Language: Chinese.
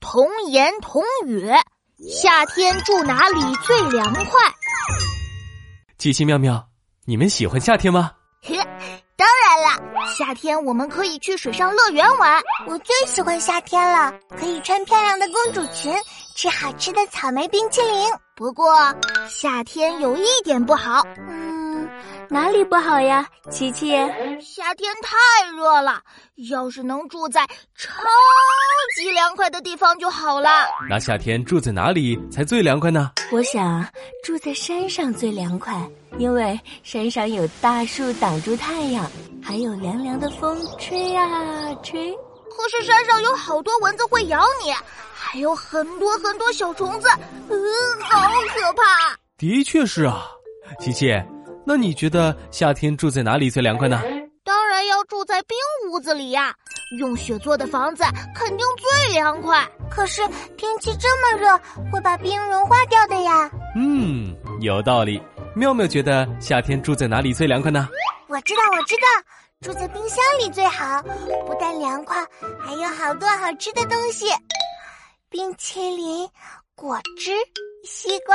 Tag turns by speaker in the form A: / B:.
A: 童言童语：夏天住哪里最凉快？
B: 琪琪、妙妙，你们喜欢夏天吗？
A: 当然啦，夏天我们可以去水上乐园玩。
C: 我最喜欢夏天了，可以穿漂亮的公主裙，吃好吃的草莓冰淇淋。
A: 不过夏天有一点不好，
D: 嗯，哪里不好呀？琪琪，
A: 夏天太热了。要是能住在超级凉快的地方就好了。
B: 那夏天住在哪里才最凉快呢？
D: 我想住在山上最凉快，因为山上有大树挡住太阳，还有凉凉的风吹啊吹。
A: 可是山上有好多蚊子会咬你，还有很多很多小虫子，嗯、呃，好可怕。
B: 的确是啊，琪琪，那你觉得夏天住在哪里最凉快呢？
A: 当然要住在冰屋子里呀、用雪做的房子肯定最凉快。
C: 可是天气这么热，会把冰融化掉的呀。
B: 嗯，有道理。妙妙觉得夏天住在哪里最凉快呢？
C: 我知道，我知道，住在冰箱里最好，不但凉快，还有好多好吃的东西，冰淇淋、果汁、 西瓜。